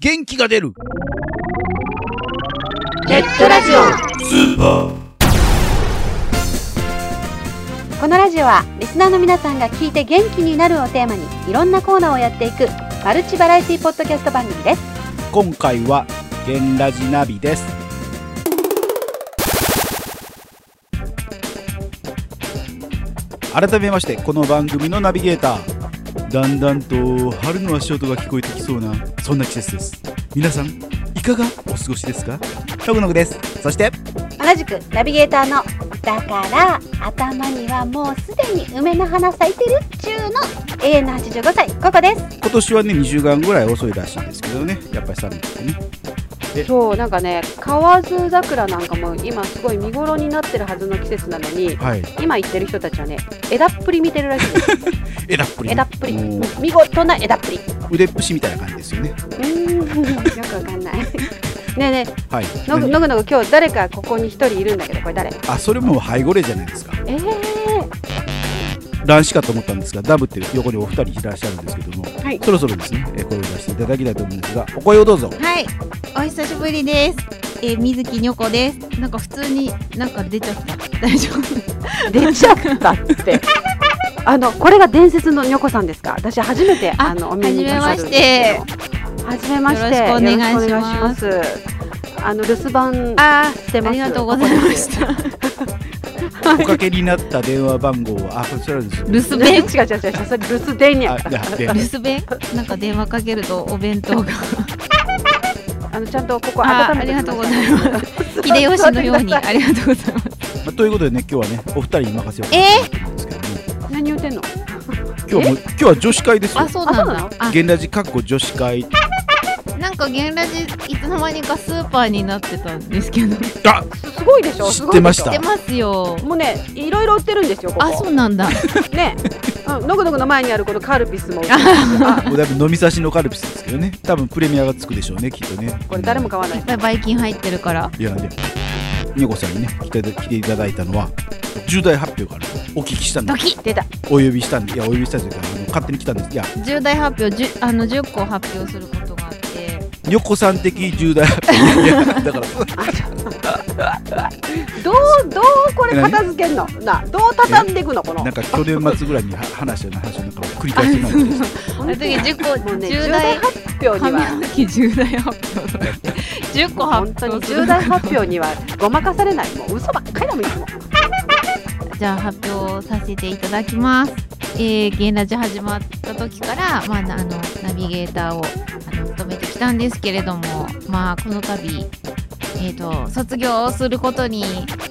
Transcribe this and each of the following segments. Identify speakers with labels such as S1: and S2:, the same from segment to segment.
S1: 元気が出る
S2: ネットラジオこのラジオはリスナーの皆さんが聞いて元気になるをテーマにいろんなコーナーをやっていくマルチバラエティポッドキャスト番組です
S1: 今回はゲンラジナビです改めましてこの番組のナビゲーターだんだんと春の足音が聞こえてきそうなそんな季節です皆さんいかがお過ごしですかトグノグですそして
S2: 同じくナビゲーターのだから頭にはもうすでに梅の花咲いてる中の永遠の85歳ここです
S1: 今年はね20巻ぐらい遅いらしいんですけどねやっぱり寒くてね
S3: そうなんかね河津桜なんかも今すごい見頃になってるはずの季節なのに
S1: はい
S3: 今行ってる人たちはね枝っぷり見てるらしいです
S1: 枝っぷり
S3: 枝っぷり
S1: もう
S3: 見事な枝っぷりう
S1: 腕っぷしみたいな感じですよね
S3: ーんよくわかんないねえね
S1: はい
S3: えのぐ
S1: 何
S3: のぐのぐ今日誰かここに一人いるんだけどこれ誰え
S1: あそれも背後霊じゃないですか
S3: えー、
S1: 男子かと思ったんですがダブって横にお二人いらっしゃるんですけども、
S3: はい
S1: そろそろですねえー声を出していただきたいと思うんですがお声をどうぞ
S4: はい、お久しぶりです。えー、水木にょこです。なんか普通になんか出ちゃった。大丈夫。
S3: 出ちゃったってあのこれが伝説のにょこさんですか私初めてあ
S4: あ
S3: のお目にかかるんですけど初めまして
S4: よろしくお願いします
S3: よろくお願いしますあの留守番
S4: あ
S3: してます
S4: ありがとうございまし
S1: おかけになった電話番号はあこちらです
S4: 留
S3: 違う
S4: 守
S3: 違う違
S4: 弁
S3: う、それ留守電や
S1: あ
S3: か
S1: い
S3: ら
S1: やで
S4: 留守弁、なんか電話かけるとお弁当が。
S3: あのちゃんとここ
S4: あ
S3: 温
S4: ー、あ
S3: めて
S4: りがとうござ
S3: す
S4: います。秀吉のように、ありがとうございます。
S1: まあということでね今日はねお二人に任せよう
S4: え
S1: と思うんですけども、
S3: 何言ってんの
S1: 今日はもう今日は女子会ですよ
S4: あ、そうなんだ。あ、
S1: 現ラジかっこ女子会
S4: なんかゲンラジ、いつの間にかスーパーになってたんですけど。知
S1: あ
S3: すすごいでしょ
S1: 知ってました
S4: ってますよ
S3: す。ごいでしょもうねいろいろ売ってるんですよここ
S4: あ、そうなんだ。
S3: ねうんのぐのぐの前にあるこのカルピスも売ってるんですよあ
S1: これ多分飲み差しのカルピスですけどね多分プレミアがつくでしょうねきっとね
S3: これ誰も買わない
S4: いっぱいばい菌入ってるから。
S1: いやでにょこさんにね来て来ていただいたのは重大発表があるとお聞きしたんで
S4: ドキッ
S3: 出た
S1: お呼びしたんでいやお呼びしたんじゃないあの勝手に来たんですいや
S4: 重大発表、じゅあの10個発表することがあって。
S1: にょこさん的重大発表いやだから
S3: どうどうこれ片付けんのなどう畳んでいくのこの
S1: なんか去年末ぐらいには話したような話をなんか繰り返してないんです
S3: あ
S4: あの時10個
S3: もうね重大
S4: 重大
S3: 発表に
S4: 上
S3: は
S4: 半期重大発表とかって10個発
S3: 本当に
S4: 表す
S3: 重
S4: る
S3: 大発表にはごまかされないもう嘘ばっかりだもんいつも
S4: じゃあ発表させていただきますえー、ゲンラジ始まった時から、まあ、なあのナビゲーターをあの務めてきたんですけれどもまあこの度えー、と卒業することに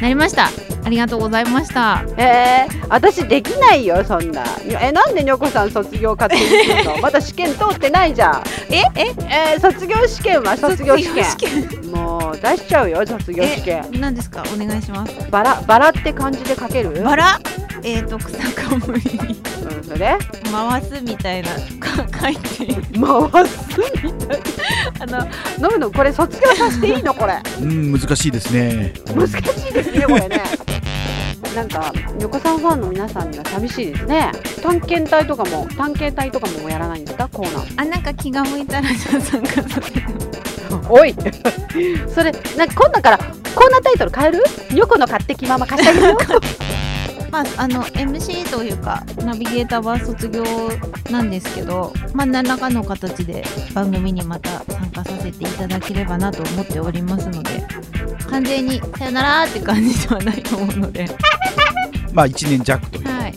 S4: なりましたありがとうございました
S3: えー、私できないよそんなえなんでにょこさん卒業勝手にす るのまだ試験通ってないじゃん
S4: え
S3: えー、卒業試験は卒業試験もう出しちゃうよ卒業試験
S4: え何ですかお願いします
S3: バラバラって漢字で書ける
S4: バラえー、と草かぶりに
S3: うん、それ
S4: 回すみたいなか書いて
S3: 回すみたい
S4: あの
S3: な飲むのこれ卒業させていいのこれ
S1: ようん難しいですね
S3: 難しいですねこれねなんか横さんファンの皆さんには寂しいですね探検隊とかも探検隊とかももうやらないんですかコーナー
S4: あなんか気が向いたらじゃあ参加させて
S3: おい それなんか今度からコーナータイトル変えるニョコの買ってきママ貸してあげ るよ
S4: まああの MC というかナビゲーターは卒業なんですけどまあ何らかの形で番組にまた参加させていただければなと思っておりますので完全にさよならって感じではないと思うので
S1: まあ1年弱というね
S4: はい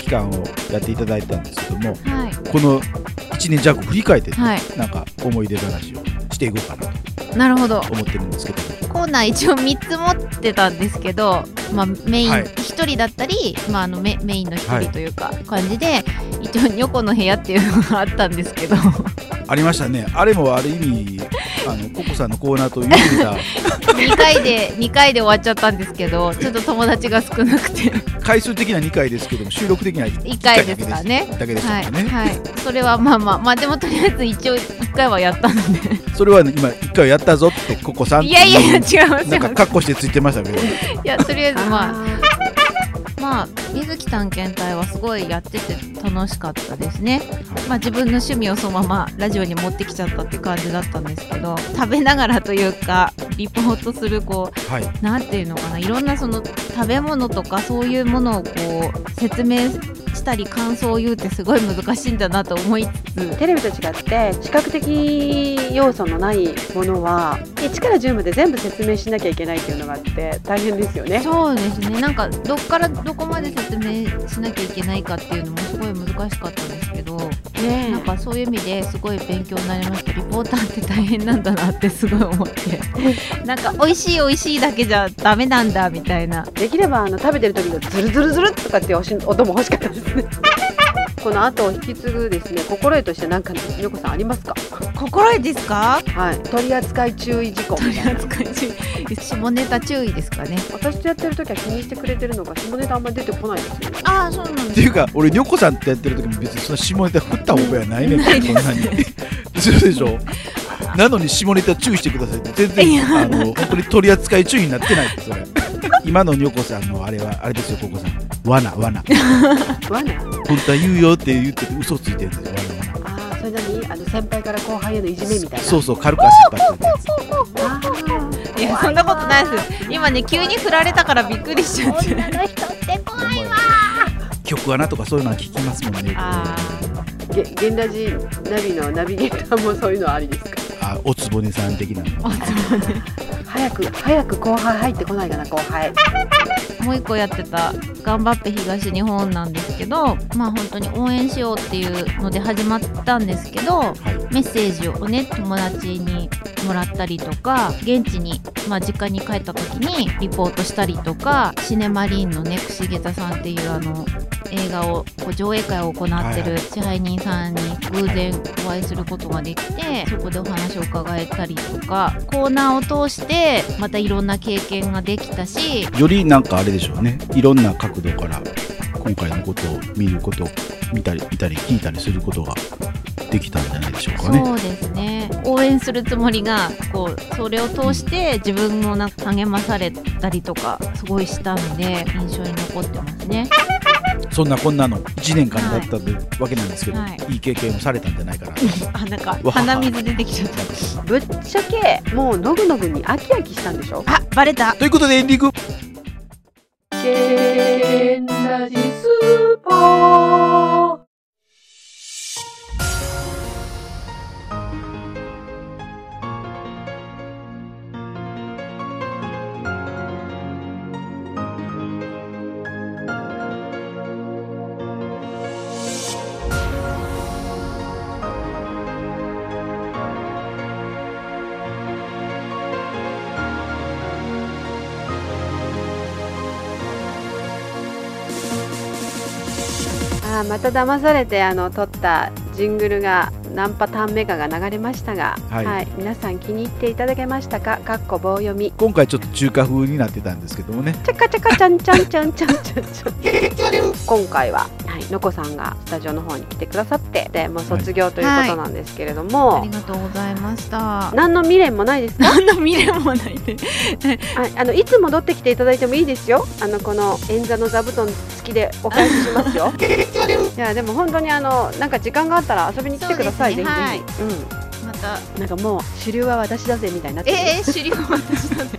S1: 期間をやっていただいたんですけども
S4: はい
S1: この1年弱振り返ってね、
S4: は
S1: なんか思い出話をしていこうかなと
S4: いなるほど
S1: 思ってるんですけども
S4: コーナー一応3つ持ってたんですけど、まあ、メイン
S1: はい
S4: 1人だったり、まあ、あのメメインの1人というか感じで、一応ニョコの部屋っていうのがあったんですけど
S1: ありましたねあれもある意味あのココさんのコーナーという意味だ
S4: 2回で2回で終わっちゃったんですけどちょっと友達が少なくて
S1: 回数的な2回ですけども収録的な1
S4: 一回ですかね
S1: だけでした
S4: はい、
S1: からね、
S4: はい、それはまあまあまあでもとりあえず一応1回はやったので
S1: それは、ね、今1回やったぞってココさん
S4: いやいやいや違います違
S1: ないんか
S4: ます
S1: カッコしてついてましたけど
S4: いやとりあえずまあ
S3: あ
S4: まあ、水木探検隊はすごいやってて楽しかったですね。まあ、自分の趣味をそのままラジオに持ってきちゃったって感じだったんですけど、食べながらというか、リポートするこう、
S1: はい
S4: なんていうのかな、いろんなその食べ物とかそういうものをこう、説明したり感想を言うってすごい難しいんだなと思いつつ、
S3: テレビと違って視覚的要素のないものは1から10まで全部説明しなきゃいけないっていうのがあって大変ですよね。
S4: そうですねなんかどっからどこまで説明しなきゃいけないかっていうのもすごい難しかったんですけど
S3: ねえ
S4: なんかそういう意味ですごい勉強になりましたリポーターって大変なんだなってすごい思って なんか美味しい美味しいだけじゃダメなんだみたいな
S3: できればあの食べてる時のズルズルズルとかっていうおし音も欲しかったです ね。この後を引き継ぐですね心得として何かよこさんありますか。
S4: 心得です か
S3: はい。取扱注意事項みたいな。
S4: 扱い注意下ネタ注意ですかね
S3: 私とやってる時は気にしてくれてるのか下ネタあんまり出てこないですよね。
S4: ああそうなん
S1: っていうか俺にょこさんってやってる時も別にそんな下ネタ振った覚えはないねん
S4: ない
S1: こ
S4: です
S1: んなにそうでしょなのに下ネタ注意してくださいって全
S4: い
S1: 然
S4: や
S1: あの本当に取り扱い注意になってないですそれ今のにょこさんのあれはあれですよここさん罠罠
S3: 罠。
S1: 本当は言うよって言ってて嘘ついてるんですよ罠罠
S3: ああそれ何あの先輩から後輩へのいじめみたいな。
S1: そうそう軽く足引っ張ってて
S3: あー
S4: いやそんなことないです今ね急に振られたからびっくりしちゃって
S1: 曲穴とかそういうのは聞きますもんね
S4: あ
S3: げ現代人ナビのナビゲーターもそういうのはありですか
S1: あおつぼねさん的なの
S3: 早く早く後輩入ってこないかな後輩
S4: もう一個やってた「頑張って東日本」なんですけどまあ本当に応援しようっていうので始まったんですけど
S1: はい
S4: メッセージをね友達にもらったりとか現地に、まあ、実家に帰った時にリポートしたりとかシネマリーンのね串げたさんっていうあの映画をこう上映会を行って
S1: はいは
S4: る支配人さんに偶然お会いすることができてそこでお話を伺えたりとかコーナーを通してまたいろんな経験ができたし
S1: よりなんかあれでしょうねいろんな角度から今回のことを見ること見たり見たり聞いたりすることができたんじゃないでしょうかね
S4: そうですね応援するつもりがこうそれを通して自分もなんか励まされたりとかすごいしたので印象に残ってますね
S1: そんなこんなの1年間だったというわけなんですけど、
S4: はい
S1: い、い経験をされたんじゃないかな
S4: あなんか
S1: わはは
S4: 鼻水出てきちゃった
S3: ぶっちゃけもうのぐのぐに飽き飽きしたんでしょ
S4: あバレた
S1: ということでエンディング
S3: ゲンラジスーパーあーまた騙されてあの撮ったジングルが何パターン目かが流れましたが、
S1: は
S3: はいい皆さん気に入っていただけましたかかっこ棒読み
S1: 今回ちょっと中華風になってたんですけどもね
S3: チャカチャカチャンチャンチャンチャンチャンチャン今回は、はい、のこさんがスタジオの方に来てくださってでもう卒業ということなんですけれども、
S4: ありがとうございました
S3: 何の未練もないですか
S4: 何の未練もないで
S3: はい、あのいつ戻ってきていただいてもいいですよ。あのこの演座の座布団付きでお返ししますよ。いやでも本当にあのなんか時間があったら遊びに来てください。
S4: そうですね
S3: ぜひぜひ。
S4: また
S3: うん。なんかもう主流は私だぜみたいになってる。
S4: えー、知り合い私だね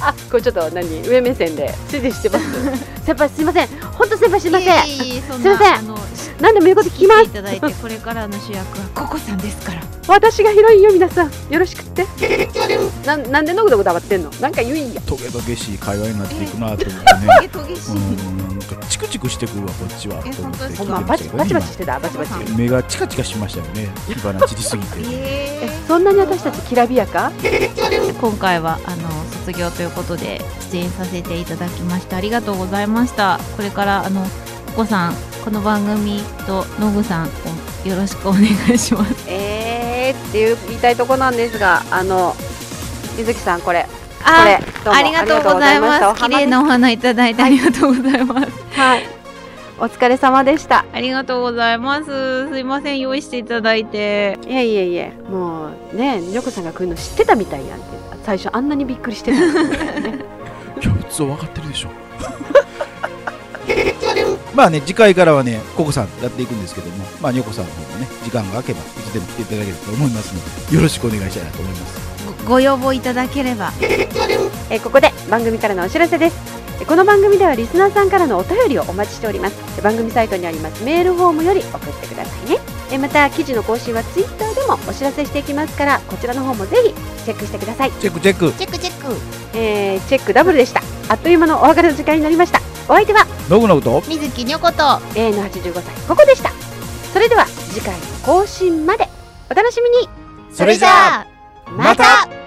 S3: あこれちょっと何上目線で指示してます。先輩すいません。本当先輩すいません。
S4: いえいえいえそん
S3: すいません
S4: なあの
S3: 何でも言うこと聞きま
S4: い
S3: す。
S4: ただいてこれからの主役はココさんですから
S3: 私が広いよ皆さんよろしくって。なんなんでのぐのぐ黙ってんの。なんか言いや。
S1: トゲトゲしい会話になっていくなと思 ってね
S4: えとげし
S1: うんなんかチクチクしてくるわこっちは
S4: え
S1: と思って聞いて
S3: ほ
S4: ほ
S3: ん
S4: ん
S3: ま
S4: ま
S1: ま
S3: バ
S1: し
S3: チ
S1: たけど
S3: バチバ
S1: ね
S3: チしてたバチバチ。
S1: 今目がチカチカしましたよね火花散りすぎて
S4: え
S3: え
S4: ー
S3: そんなに私たちきらびやか？
S4: 今回はあの卒業ということで出演させていただきましてありがとうございましたこれからあのお子さんこの番組とノグさんをよろしくお願いします
S3: えーっていう言いたいとこなんですが、あの水木さんこれ、これ
S4: あ
S3: どうも
S4: ありがと
S3: あ
S4: うござい
S3: りがとうございま
S4: ます
S3: した
S4: 綺麗なお花いただいてありがとうございます、
S3: はい、お疲れ様でした。
S4: ありがとうございますすいません用意していただいて
S3: いえいえいえ、もうね、にょこさんが来るの知ってたみたいやんって、最初あんなにびっくりしてたんですよね。
S1: いや普通は分かってるでしょ まあね次回からはねココさんやっていくんですけどもまあニョコさんの方もね時間が空けばいつでも来ていただけると思いますのでよろしくお願いしたいなと思います
S4: ごご要望いただければ
S3: えーここで番組からのお知らせですえーこの番組ではリスナーさんからのお便りをお待ちしておりますえー番組サイトにありますメールフォームより送ってくださいねえーまた記事の更新はツイッターでもお知らせしていきますからこちらの方もぜひチェックしてください、
S1: チェックチェック
S4: チェックチェック
S3: えーチェックダブルでしたあっという間のお別れの時間になりましたお相手は
S1: ノグノグと
S4: 水木にょこと
S3: A の85歳ここでしたそれでは次回の更新までお楽しみに
S4: それじゃあ
S3: また